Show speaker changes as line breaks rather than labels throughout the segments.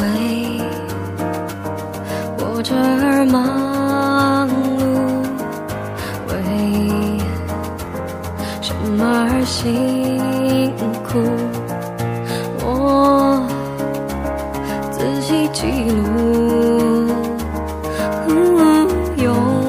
为活着而忙碌，为什么而辛苦？我仔细记录，用。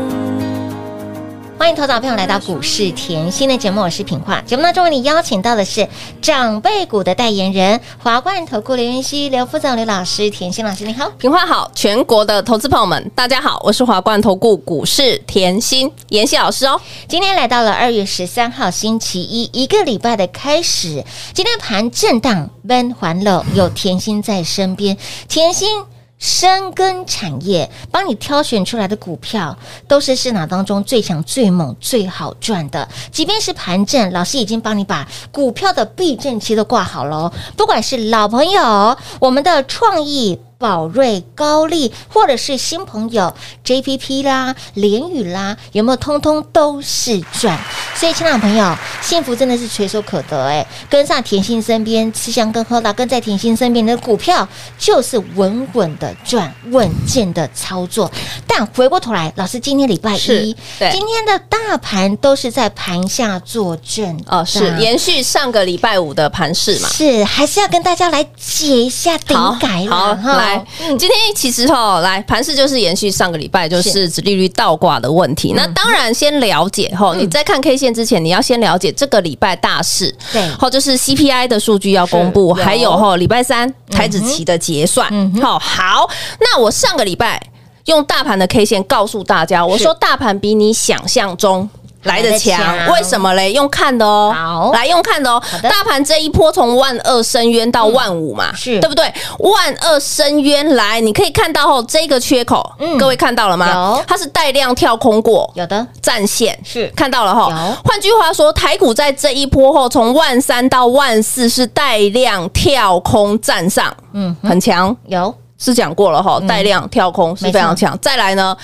欢迎投资者朋友来到股市甜心的节目，我是品化。节目当中为你邀请到的是长辈股的代言人华冠投顾刘云熙、刘副总、刘老师、甜心老师，你好。
平话好，全国的投资朋友们，大家好，我是华冠投顾股市甜心妍希老师哦。
今天来到了二月十三号星期一，一个礼拜的开始。今天盘震荡，温环了，有甜心在身边，甜心。深耕产业，帮你挑选出来的股票，都是市场当中最强、最猛、最好赚的。即便是盘正，老师已经帮你把股票的避震期都挂好了哦。不管是老朋友，我们的创意。宝瑞、高丽，或者是新朋友 JPP 啦、联宇啦，有没有通通都是赚？所以，亲爱的朋友，幸福真的是垂手可得哎、跟上甜心身边，吃香跟喝辣，跟在甜心身边你的股票就是稳稳的赚，稳健的操作。但回过头来，老师今天礼拜
是
一，
对
今天的大盘都是在盘下坐镇
哦，是
的
延续上个礼拜五的盘市嘛？
是，还是要跟大家来解一下顶
好
改啦
好
哈嗯
来，今天其实哈，来盘市就是延续上个礼拜就是指利率倒挂的问
嗯
题。那当然先了解哈，你在看 K 线之前，你要先了解这个礼拜大事，
对
好就是 CPI 的数据要公布，还有哈礼拜三台子期的结算
嗯，哼
好好。那我上个礼拜用大盘的 K 线告诉大家，我
是
说大盘比你想象中。来的强
来得，强啊
为什么嘞？用看的哦，
好
来用看的哦。
的嗯
大盘这一波从万二深渊到万五嘛，
是
对不对？万二深渊来，你可以看到后这个缺口，
嗯
各位看到了吗
有？
它是带量跳空过
有的
战线，
是
看到了
有
哈。换句话说，台股在这一波后，从万三到万四是带量跳空站上，
嗯
嗯，很强，
有
是讲过了哈，
嗯
带量跳空是非常强。再来呢，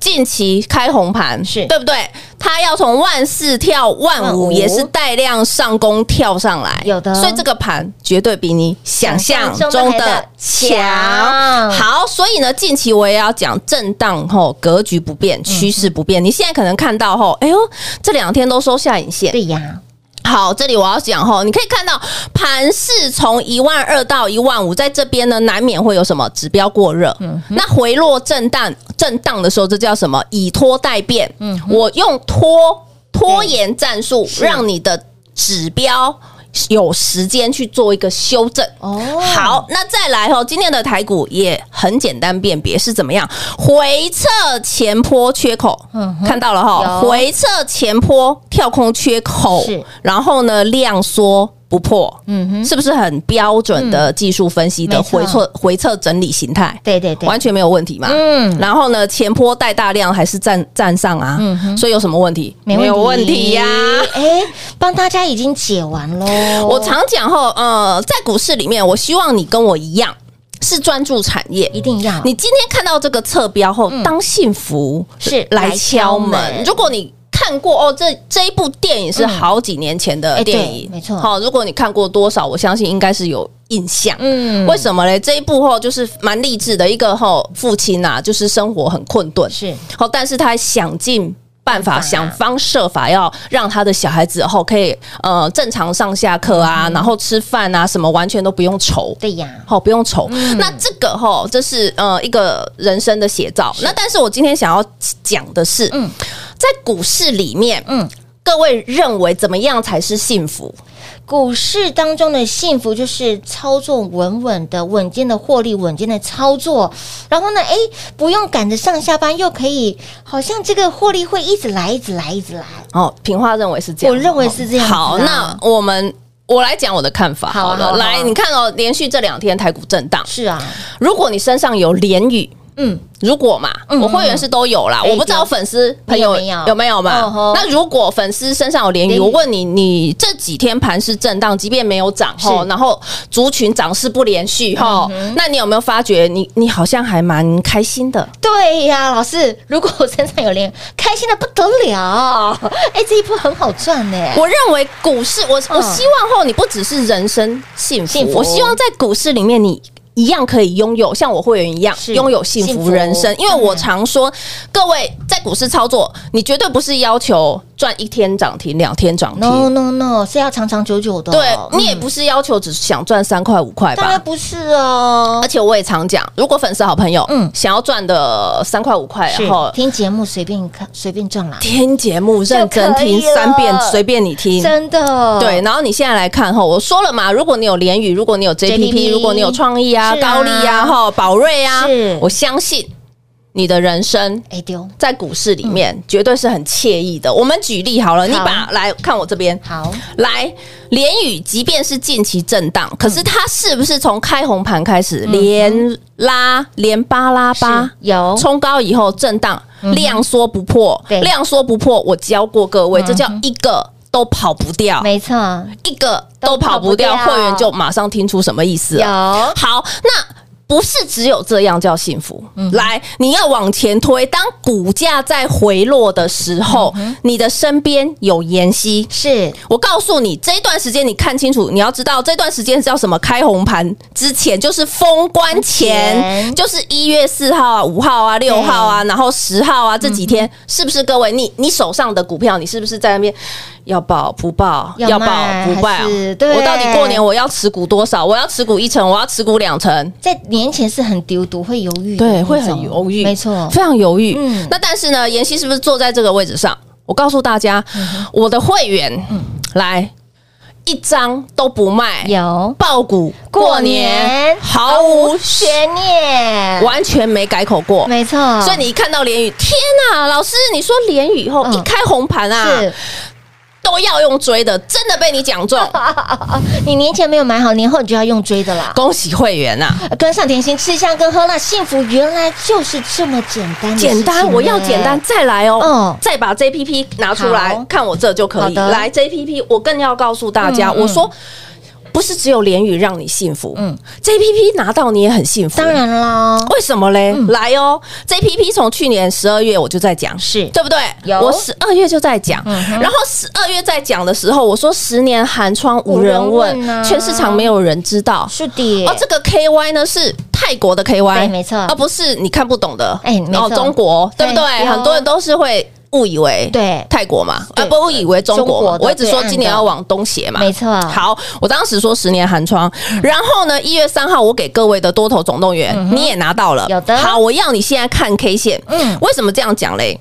近期开红盘
是
对不对？它要从万四跳万
万五
五，也是带量上攻跳上来，
有的
所以这个盘绝对比你想象中
想象
的
中的还
强。
的强
好，所以呢，近期我也要讲震荡吼，格局不变，趋势不
嗯
变。你现在可能看到吼，哎呦，这两天都收下影线，
对呀，
好，这里我要讲吼，你可以看到盘市从一万二到一万五，在这边呢难免会有什么指标过热，那回落震荡震荡的时候，这叫什么？以拖代变，我用拖拖延战术，让你的指标有时间去做一个修正。
哦
好，那再来哦，今天的台股也很简单辨别是怎么样，回撤前坡缺口，
嗯
看到了哈、
有
回撤前坡跳空缺口
是，
然后呢量缩不破，
嗯哼，
是不是很标准的技术分析的
没错
回撤、回撤整理形态？
对对对，
完全没有问题嘛。
嗯
然后呢，前坡带大量还是站站上啊，
嗯哼
所以有什么问题？有问题呀、
哎、帮大家已经解完喽。
我常讲后，呃，在股市里面，我希望你跟我一样是专注产业。
一定要
你今天看到这个侧标后，当幸福
是
嗯来
来敲
敲门
门，
如果你。看过哦，这这一部电影是好几年前
哎
的
对
电影，
没错
好，如果你看过多少，我相信应该是有印象。
嗯
为什么嘞？这一部后就是蛮励志的，一个后父亲呐、就是生活很困顿，
是
好，但是他想尽办
办
法，
法
想方设法要让他的小孩子后可以呃正常上下课啊，然后吃饭啊什么完全都不用愁。
嗯对嗯呀，
好，不用愁。那这个哈，这是呃一个人生的写照。那但是我今天想要讲的是，
嗯
在股市里面，
嗯
嗯，各位认为怎么样才是幸福？
股市当中的幸福就是操作稳稳的、稳健的获利、稳健的操作。然后呢，哎，不用赶着上下班，又可以，好像这个获利会一直来、一直来、一直来。
哦，平花认为是这样，
我认为是这样子啊
好，那我们我来讲我的看法
好啊
好
好
了。
啊好
来，
啊
你看哦，连续这两天台股震荡，
是啊，
如果你身上有连雨，
嗯，
如果嘛，
嗯
我会员是都有啦，
哎
我不知道粉丝朋友
你有没有
有没有
哦吼
嘛。那如果粉丝身上有连
连
雨，
雨
我问你，你这几天盘是震荡，即便没有涨吼，
是嗯
然后族群涨势不连续吼，那你有没有发觉你你好像还蛮开心的？
对呀，老师，如果我身上有连，开心的不得 了，哎，这一波很好赚呢。
我认为股市，我
嗯
我希望后你不只是人生幸福，
幸福
我希望在股市里面你。一样可以拥有像我会员一样
是
拥有幸
幸
福嗯
福
人生，因为我常说，各位在股市操作，你绝对不是要求赚一天涨停、两天涨
No
停，
no no，是要长长久久的
对
哦。
你也不是要求只想赚三块五
嗯，
块
当然
吧。
不是哦
而。且我也常讲，如果粉丝好朋友，
嗯
嗯，想要赚的三块五块，然后
听节目随便看，随便赚啦，
听节目
就
认真
可以
听三遍
了，
随便你听，
真的。
对，，然后你现在来看哈，我说了嘛，如果你有联宇，如果你有
JPP
JPP，如果你有创意啊、
是啊
高丽啊、哈宝瑞啊
是，
我相信你的人生
哎丢，
在股市里面绝对是很惬意的。我们举例好了，你
嗯好
把来看我这边。
好，
来，联宇即便是近期震荡，可
嗯
是它是不是从开红盘开始连拉连八拉八
是，有
冲高以后震荡，量缩不破，
对嗯
量缩不破，我教过各位，这叫一个都跑不掉，
没错，
一个都跑不掉，
都跑不掉
会员就马上听出什么意思
有
了。好，那。不是只有这样叫幸福。
嗯
来，你要往前推，当股价在回落的时候，
嗯
你的身边有妍希。
是
我告诉你，这一段时间你看清楚，你要知道这段时间是叫什么？开红盘之前就是封关前
前，嗯
就是一月四号啊、五号啊、六号啊，然后十号啊这几天，是不是各位？你你手上的股票，你是不是在那边要报不报？
要
报
卖
不报
还是？对
我到底过年我要持股多少？我要持股一成，我要持股两成。
在年前是很丢毒，会犹豫的那
对，
种，
会很犹豫，
没错
非，常犹豫。
嗯
那但是呢，妍希是不是坐在这个位置上？我告诉大家，我的会员、
嗯
来一张都不卖，
有
爆股
过
过
年
年毫无悬，
悬念，
完全没改口过。
没错，
所以你一看到连雨，天呐、老师，你说连雨以后、
嗯
一开红盘啊，
是
都要用追的，真的被你讲 中，
你年前没有买好，年后你就要用追的啦。
恭喜会员啊！
跟上甜心，吃香跟喝辣，幸福原来就是这么简单的事情
简
呢。
单，我要简单，再来哦，
嗯
再把 JPP 拿出来
好，
看我这就可
好
以。
的
来 JPP，我更要告诉大家，
嗯嗯
我说不是只有联宇让你幸福，
嗯
嗯，JPP 拿到你也很幸福，
当。然嗯啦，
为什么嘞？来哦，JPP 从去年十二月我就在讲，
是
对不对？
有
我十二月就在讲，
嗯哼
然后十二月在讲的时候，我说十年寒窗无人
无人
问，
问啊
全市场没有人知道，
是的，
哦，这个 KY 呢是泰国的 KY，
对没错
而不是你看不懂的，
哎没错
哦中国
对
对不对？
有
很多人都是会误以为
对
泰国嘛，
对
啊不误以为中
中
国
国
嘛
的，
我一直
对
说
岸的
今年要往东斜嘛，
没错嗯
好，我当时说十年寒窗，然后呢，一月三号我给各位的多头总动员，你也拿到了，
有的
好，我要你现在看 K 线，
嗯
嗯，为什么这样讲嘞？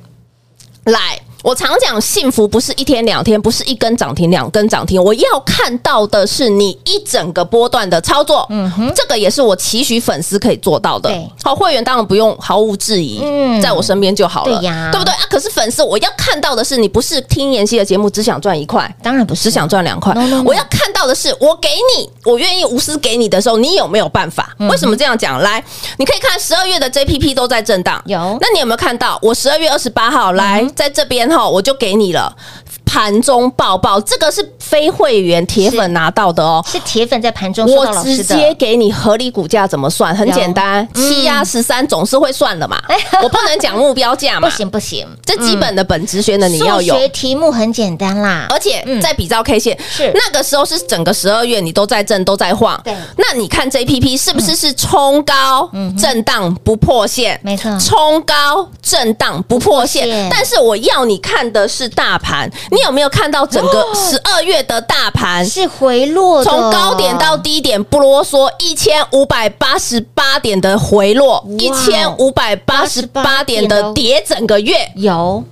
来。我常讲，幸福不是一天两天，不是一根涨停两根涨停，我要看到的是你一整个波段的操作。嗯哼，这个也是我期许粉丝可以做到的
对。
好，会员当然不用毫无质疑，
嗯
在我身边就好了，
对呀
不对啊？可是粉丝，我要看到的是，你不是听妍希的节目只想赚一块，
当然不是
只想赚两块
No, no, no。
我要看到的是，我给你，我愿意无私给你的时候，你有没有办法？
嗯
为什么这样讲？来，你可以看十二月的 JPP 都在震荡，
有嗯
那你有没有看到？我十二月二十八号来在这边哈，我就给你了。盘中抱抱，这个是非会员铁
是
粉拿到的哦。
是铁粉在盘中嗯收
我
到老
直
师
接
的，
给你合理股价怎么算？很
有嗯
简单，七呀十三总是会算 的嘛。我不能讲目标价
不
嘛，
行不行，
这基本的本职学呢你要有
嗯数。学题目很简单啦，
而且在比照 K 线，
是
那个时候是整个十二月你都在震都在晃，
对嗯
那你看 JPP 是不是是冲高、震荡不破线？
没错
冲高震荡不破
不破线
线。但是我要你看的是大盘，你有没有看到整个十二月的大盘？
哦是回落的，
从高点到低点不啰嗦，一千五百八十八点的回落，一千五百八十八点
哦
的跌，整个月
有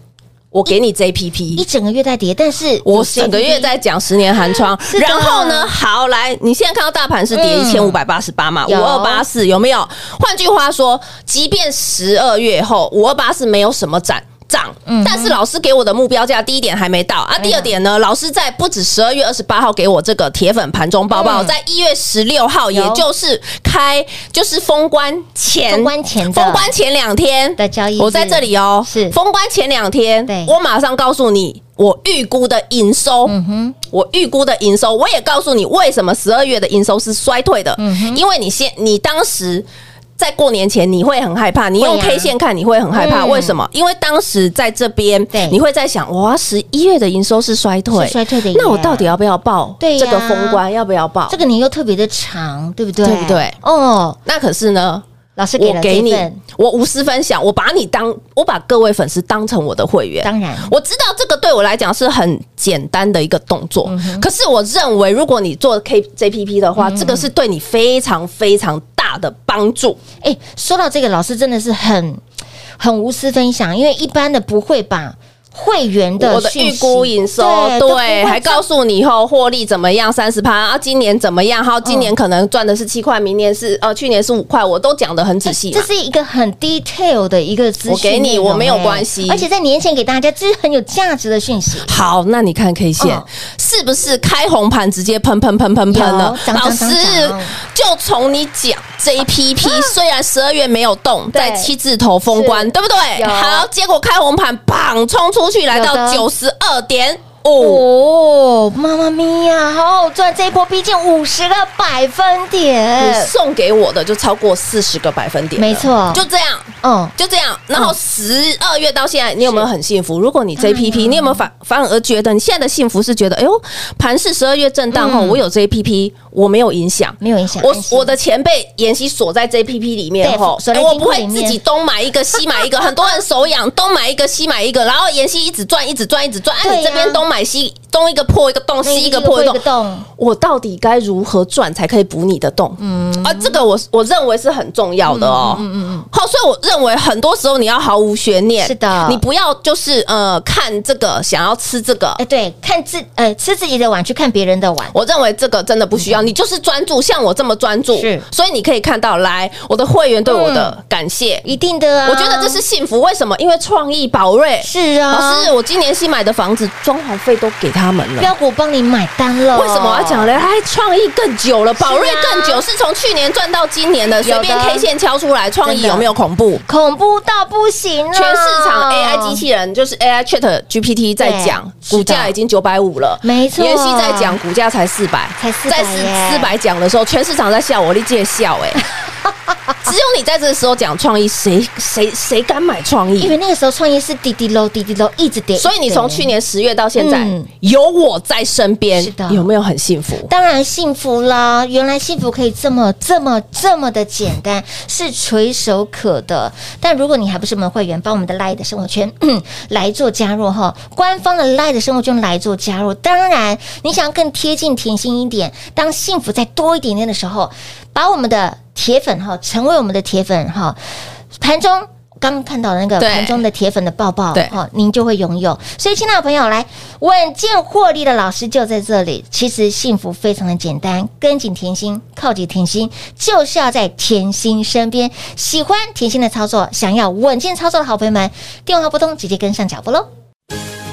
我给你
一
JPP。
整个月在跌，但是
我整个月在讲十年寒窗
是，的
然后呢，好来，你现在看到大盘是跌一
嗯
千五百八十八嘛，五
有
二八四有没有？换句话说，即便十二月后五二八四没有什么涨涨，
嗯
但是老师给我的目标价第一点还没到
哎
啊，第二点呢，老师在不止十二月二十八号给我这个铁粉盘中报报，在一月十六号，也
嗯有
就是开就是封关前，
封关前的
封关前两天
的交易日
我在这里哦，
是
封关前两天
对，嗯
我马上告诉你。我预估的营收，我预估的营收，我也告诉你为什么十二月的营收是衰退的，
嗯
因为你先，你当时在过年前你会很害怕，你用
会啊
K 线看你会很害怕，
嗯
为什么？因为当时在这边
对，
你会在想，哇，十一月的营收是衰退，
是衰退的耶
那我到底要不要报
对呀
这个封关？要不要报
这？个你又特别的长，对不对？
对不对
哦，
那可是呢，
老师给
我
了
给
这
你
份，，
我无私分享，我把你当，我把各位粉丝当成我的会员。
当然
我知道这个对我来讲是很简单的一个动作，
嗯
可是我认为，如果你做 K JPP 的话，这个是对你非常非常大的帮助。
哎，说到这个，老师真的是很很无私分享，因为一般的不会把会员的
我的
讯
预
息
估营收，
都不
对，
会
还告诉你以后获利怎么样，三十趴啊，今年怎么样？好，今
嗯
年可能赚的是七块，明年是呃，去年是五块，我都讲的很仔细嘛
这。是一个很 detail 的一个资讯内容，
啊我给你我没有
哎
关系
而且在年前给大家，这是很有价值的讯息。
好，那你看 K 线、
嗯
是不是开红盘直接喷喷喷喷喷了
有？涨
老
涨
师
涨涨
就从你讲 JPP，、虽然十二月没有动，
啊
在
对
七字头封关，
是
对不对？
有
好，结果开红盘，砰冲出去，来
有
到
的
九十二点五。
哦，妈妈咪呀，好好赚！这一波逼近五十个百分
你
点，
送给我的就超过四十个百分点了，
没错
就这样。
嗯，
就这样，然后十二月到现在，你有没有很幸福？如果你 JPP，你有没有反反而呃觉得你现在的幸福是觉得，哎呦，盘市十二月震荡后，我有 JPP，我没有影响，
没有嗯影响
我
安心
我的钱被妍希锁在 JPP 里面
对
后，
锁在
哎我
金
不
库
会
里
自
面
己东买一个西买一个，很多人手痒，东买一个西买一个，然后妍希一直赚一直赚一直赚，哎，
对
你
呀
这边东买西东一个破一个洞，西一个破
破
一
一
个
个
洞，
洞，
我到底该如何赚才可以补你的洞？嗯，啊，这个我我认为是很重要的哦。嗯嗯嗯。好，所以我认为很多时候你要毫无悬念，
是的
你不要就是呃看这个想要吃这个。
哎，对，看自呃吃自己的碗，去看别人的碗，
我认为这个真的不需要，你就是专注，像我这么专注，
是
所以你可以看到，来我的会员对我的感谢，
一定的啊。
我觉得这是哦幸福。为什么？因为创意宝瑞
是啊，
老师，我今年新买的房子装潢费都给他们了，
标股帮你买单了。
为什么我要讲？嘞？它创意更久了，宝瑞更久，是从去年赚到今年的，随
有的
便 K 线敲出来，创意
真的
有没有恐怖？
恐怖到不行了！啊
全市场 AI 机器人就是 AI Chat GPT 在讲，
是的
股价已经九百五了，
没错
妍希在讲股价才四百，
才400
在
耶
四百讲的时候，全市场在笑我，你记得笑哎、 只有你在这时候讲创意，谁谁谁敢买创
因
意
为？那个时候创业是滴滴漏滴滴漏，一直跌。
所以你从去
年
年十月到现在
嗯，
有我在身边
是的，
有没有很幸福？
当然幸福啦，原来幸福可以这么这么这么的简单，是垂手可得。但如果你还不是我们会员，帮我们的 Light 生活圈 来做加入哈，官方的 Light 生活圈来做加入。当然，你想要更贴近甜心一点，当幸福再多一点点的时候，把我们的铁粉哈，成为我们的铁粉哈，盘中。刚刚看到的那个
对
盘中的铁粉的抱抱，
对
哦，您就会拥有。所以，亲爱的朋友，来稳健获利的老师就在这里。其实幸福非常的简单，跟紧甜心，靠近甜心，就是要在甜心身边。喜欢甜心的操作，想要稳健操作的好朋友们，电话拨通，直接跟上脚步喽。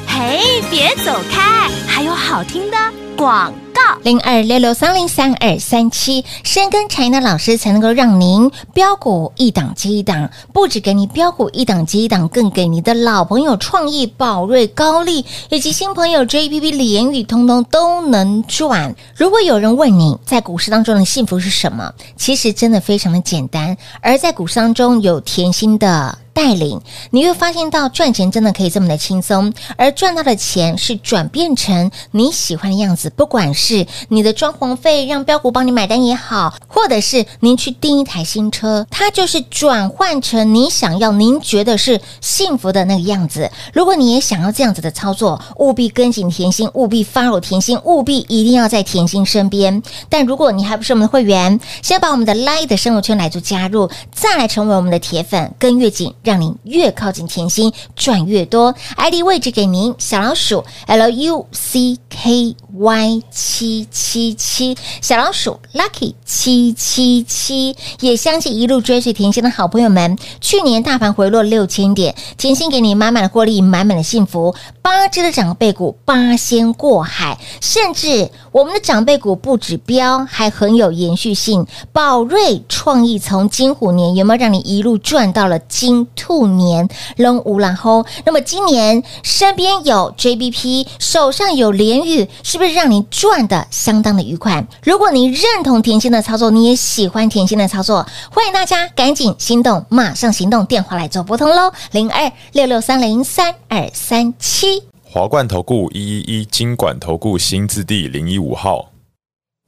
嘿，别走开，还有好听的广告。
零二六六三零三二三七，深耕产业的老师才能够让您标股一档接一档，不止给你标股一档接一档，更给你的老朋友创意、宝瑞、高丽以及新朋友 JPP、李言宇，通通都能赚。如果有人问你在股市当中的幸福是什么，其实真的非常的简单，而在股市当中有甜心的。带领，你会发现到赚钱真的可以这么的轻松，而赚到的钱是转变成你喜欢的样子，不管是你的装潢费让标股帮你买单也好，或者是您去订一台新车，它就是转换成你想要、您觉得是幸福的那个样子。如果你也想要这样子的操作，务必跟紧甜心，务必 follow 甜心，务必一定要在甜心身边。但如果你还不是我们的会员，先把我们的 Light 的生活圈来做加入，再来成为我们的铁粉，跟越紧，让您越靠近甜心，赚越多。ID 位置给您，小老鼠 L U C K Y 七。七七七，小老鼠 Lucky 七七七，也相信一路追随甜心的好朋友们，去年大盘回落六千点，甜心给你满满的获利，满满的幸福，八只的长辈股八仙过海，甚至我们的长辈股不指标，还很有延续性。宝瑞创意从金虎年有没有让你一路赚到了金兔年？扔五然后，那么今年身边有 JBP，手上有联宇，是不是让你赚的相当的愉快？如果你认同甜心的操作，你也喜欢甜心的操作，欢迎大家赶紧心动，马上行动，电话来做拨通喽，零二六六三零三二三七。
华冠投顾一一一金管投顾新字第零一五号，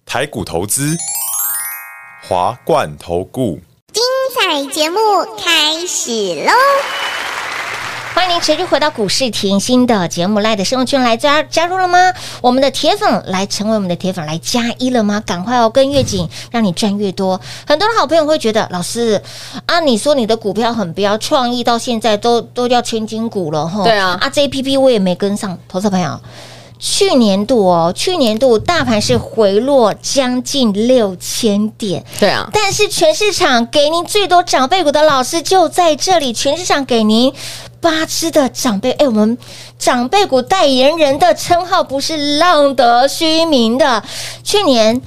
台股投资，华冠投顾。
彩节目开始喽！
欢迎您持续回到股市甜心的节目，赖的生活圈来加加入了吗？我们的铁粉来成为我们的铁粉来加一了吗？赶快哦，跟越紧，让你赚越多。很多的好朋友会觉得，老师啊，你说你的股票很标，创意到现在都都叫千金股了哈。
对啊
啊，JPP 我也没跟上，投资朋友。去年度哦，去年度大盘是回落将近六千点，
对啊，
但是全市场给您最多长辈股的老师就在这里，全市场给您八只的长辈，哎，我们长辈股代言人的称号不是浪得虚名的。去年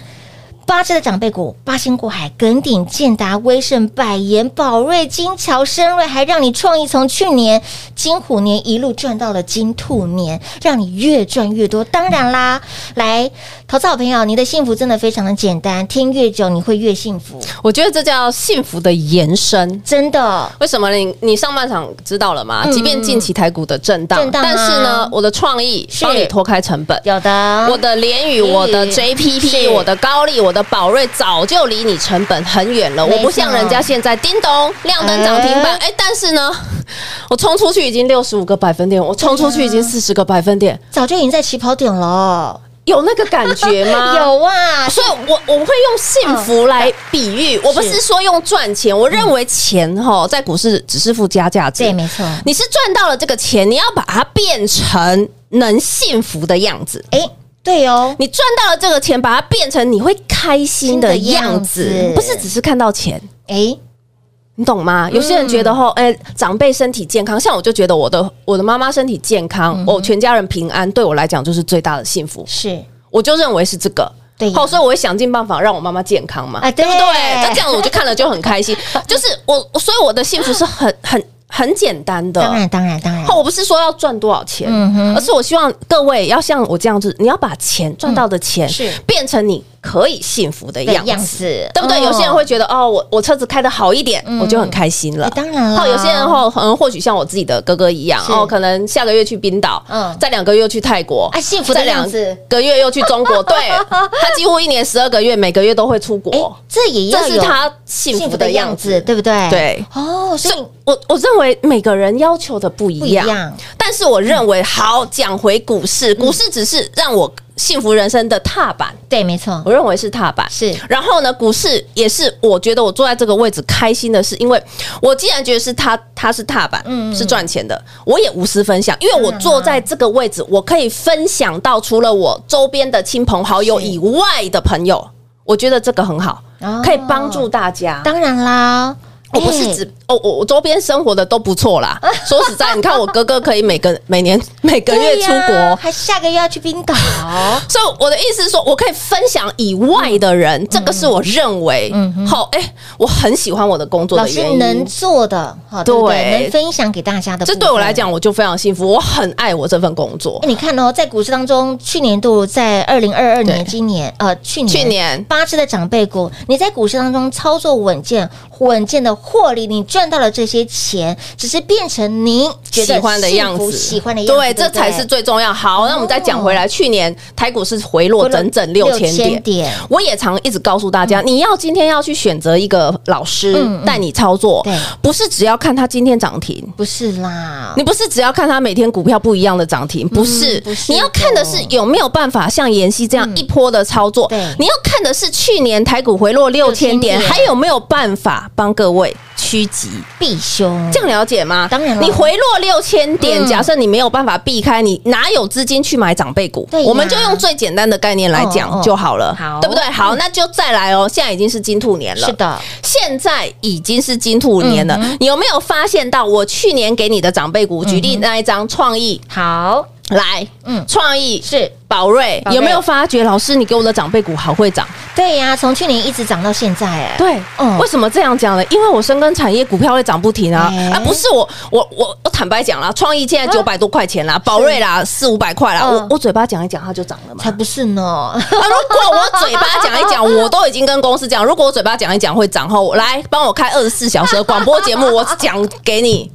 八只的长辈股，八仙过海、耿鼎、建达、威盛、百元、宝瑞、金桥、深瑞，还让你创意从去年金虎年一路赚到了金兔年，让你越赚越多。当然啦，来，投资好朋友，你的幸福真的非常的简单，听越久你会越幸福，
我觉得这叫幸福的延伸。
真的。
为什么呢你你上半场知道了嘛？即便近期台股的震
嗯
荡，
震荡啊
但是呢，我的创意
是
帮你脱开成本。
有的，
我的联宇、
联宇
我的
是
JPP、我的高丽、我的宝瑞，早就离你成本很远了。
没错
我不像人家现在叮咚亮灯涨停板，哎，但是呢， 我冲出去已经六十五个百分点，我冲出去
哎
已经四十个百分点，
早就已经在起跑点了，
有那个感觉吗？。
有啊，
所以我，我会用幸福来比
嗯
喻，我不是说用赚钱。我认为钱哈，在股市只是附加价值，
对，没错。
你是赚到了这个钱，你要把它变成能幸福的样子。
哎，对哦，
你赚到了这个钱，把它变成你会开心的样
新
子，
的样子
不是只是看到钱。
哎，
你懂吗？有些人
嗯
觉得吼，哎、长辈身体健康，像我就觉得我的我的妈妈身体健康，
嗯
我全家人平安，对我来讲就是最大的幸福。
是
我就认为是这个，
对呀
好，所以我会想尽办法让我妈妈健康嘛，
啊对
不对？那这样我就看了就很开心， 就是我，我所以我的幸福是很很很简单的，
当然，当然，当然
哦，，我不是说要赚多少钱，
嗯哼
而是我希望各位要像我这样子，你要把钱赚到的钱、
嗯是
变成你可以幸福的
的
样子，
样子，
对不对？
哦
有些人会觉得哦，我我车子开的好一点，我就很开心了
嗯哎。当然了，
哦，有些人哦，可能或许像我自己的哥哥一样
是
哦，可能下个月去冰岛，
嗯
嗯，再两个月又去泰国，
啊幸福的
再两
样子
个月又去中国，对他几乎一年十二个月，每个月都会出
哎
国，，
这也
这
要
是
有
他幸福的样子。
对不对？
对，
哦，所
所以
以
我我认为每个人要求的不
不
一
一
样，
样，
但是我认为，好讲回股市，股市只是让我幸福人生的踏板，
对，没错，
我认为是踏板。
是
然后呢，股市也是我觉得我坐在这个位置开心的是，因为我既然觉得是它，它是踏板，
嗯
是赚钱的，我也无私分享，因为我坐在这个位置，我可以分享到除了我周边的亲朋好友
是
以外的朋友，我觉得这个很好，
哦
可以帮助大家。
当然啦，
我不是
哎
指、哦，我我周边生活的都不 错啦。说实在，你看我哥哥可以每个每年每个月
对
出
呀
国，
还下个月要去冰岛，
所以我的意思是说，我可以分享以外的人，
嗯
这个是我认为好哎、我很喜欢我的工作
老
的
师
原
能
因。
做的，好，对不对？
对
能分享给大家的，
这对我来。讲，我就非常幸福，我很爱我这份工作
哎。你看哦，在股市当中，去年度在二零二二年、今年呃去年
去年
八只的长辈股，你在股市当中操作稳健、稳健的获利，你赚到了这些钱，只是变成你觉得
喜欢的样
幸福
子，
喜欢的样子，
对，
不哦
这才是最重要。好，那我们再讲回来，去年台股是回落整整六千点，
点，
我也常一直告诉大家，你要今天要去选择一个老师
嗯嗯嗯
带你操作
对，嗯
不是只要看他今天涨停。
不是啦，
你不是只要看他每天股票不一样的涨停，不是，
嗯不是嗯
你要看的是有没有办法像妍希这样一波的操作，
对
你要看的是去年台股回落六千
6000
点，
点
还有没有办法帮各位趋吉，
必修，
这样了解吗？
当然了
你回落六千点，
嗯
假设你没有办法避开，你哪有资金去买长辈股
对？呀
我们就用最简单的概念来
哦哦
讲就好了
好，嗯
对不对？好，那就再来哦。现在已经是金兔年了，
是的，嗯
现在已经是金兔年了。你有没有发现到我去年给你的长辈股？举例那一张创意
好，
来，
嗯
嗯，创意
是
宝瑞
宝瑞
有没有发觉？老师，你给我的长辈股好会涨，
对呀，从去年一直涨到现在，哎，
对，
嗯
为什么这样讲呢？因为我深耕产业，股票会涨不停啊！
哎啊
啊，不是我，我我我坦白讲啦，创意现在九百多块钱啦，宝瑞啦四五百块啦，
嗯
我我嘴巴讲一讲它就涨了嘛
才。不是呢，
啊，如果我嘴巴讲一讲，我都已经跟公司讲，如果我嘴巴讲一讲会涨后，来帮我开二十四小时的广播节目，我讲给 你。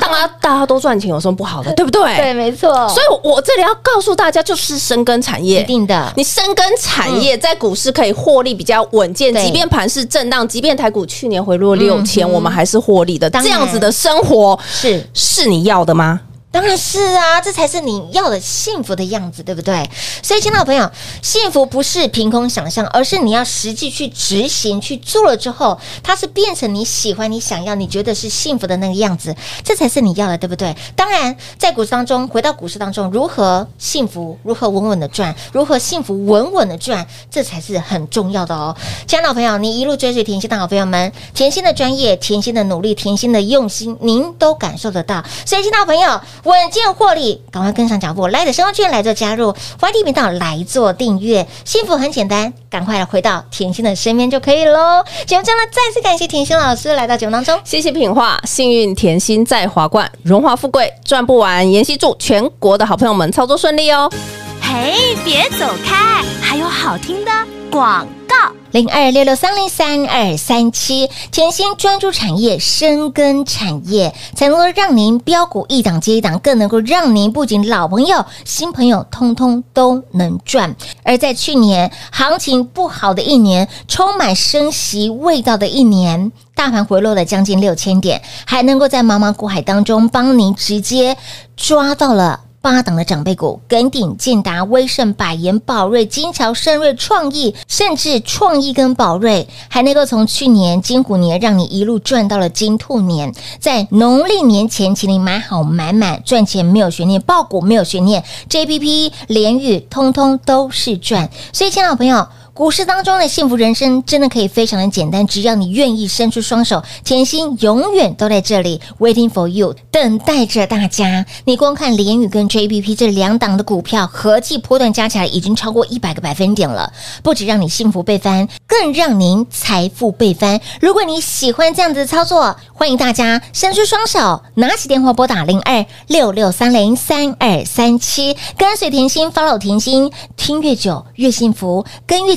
大家大家都赚钱，有什么不好的，对不对？
对，。没错，
所以我，我这里要告诉大家，就是深耕产业，
一定的，
你深耕产业，在股市可以获利比较稳健，
对
即便盘市震荡，即便台股去年回落六千、我们还是获利的。
当
这
然
样子的生活
是，
是你要的吗？
当然是啊，这才是你要的幸福的样子，对不对？所以，亲爱的朋友，幸福不是凭空想象，而是你要实际去执行、去做了之后，它是变成你喜欢、你想要、你觉得是幸福的那个样子，这才是你要的，对不对？当然，在股市当中，回到股市当中，如何幸福，如何稳稳的赚，如何幸福稳稳的赚，这才是很重要的哦。亲爱的朋友，你一路追随甜心的好朋友们，甜心的专业、甜心的努力、甜心的用心，您都感受得到。所以，亲爱的朋友，稳健获利，赶快跟上脚步，来的生活圈来做加入，YT 频道来做订阅，幸福很简单，赶快回到甜心的身边就可以喽。节目中呢，再次感谢甜心老师来到节目当中。
谢谢品画，幸运甜心在华冠，荣华富贵赚不完。妍希祝全国的好朋友们操作顺利哦。
嘿，别走开，还有好听的广告。
零二六六三零三二三七，甜心专注产业，深耕产业，才能够让您标股一档接一档，更能够让您不仅老朋友、新朋友通通都能赚。而在去年行情不好的一年，充满升息味道的一年。大盘回落了将近六千点，还能够在茫茫股海当中帮您直接抓到了。八档的长辈股，耿鼎、建达、威盛、百元、宝瑞、金桥、盛瑞、创意，甚至创意跟宝瑞，还能够从去年金虎年让你一路赚到了金兔年，在农历年前，请你买好买满，赚钱没有悬念，爆股没有悬念，JPP、联宇通通都是赚。所以，亲爱的朋友。股市当中的幸福人生真的可以非常的简单，只要你愿意伸出双手，甜心永远都在这里，waiting for you，等待着大家。你光看联宇跟 JPP 这两档的股票合计波段加起来已经超过一百个百分点了，不止让你幸福倍翻，更让您财富倍翻。如果你喜欢这样子的操作，欢迎大家伸出双手，拿起电话拨打零二六六三零三二三七，跟随甜心，follow 甜心，听越久越幸福，跟越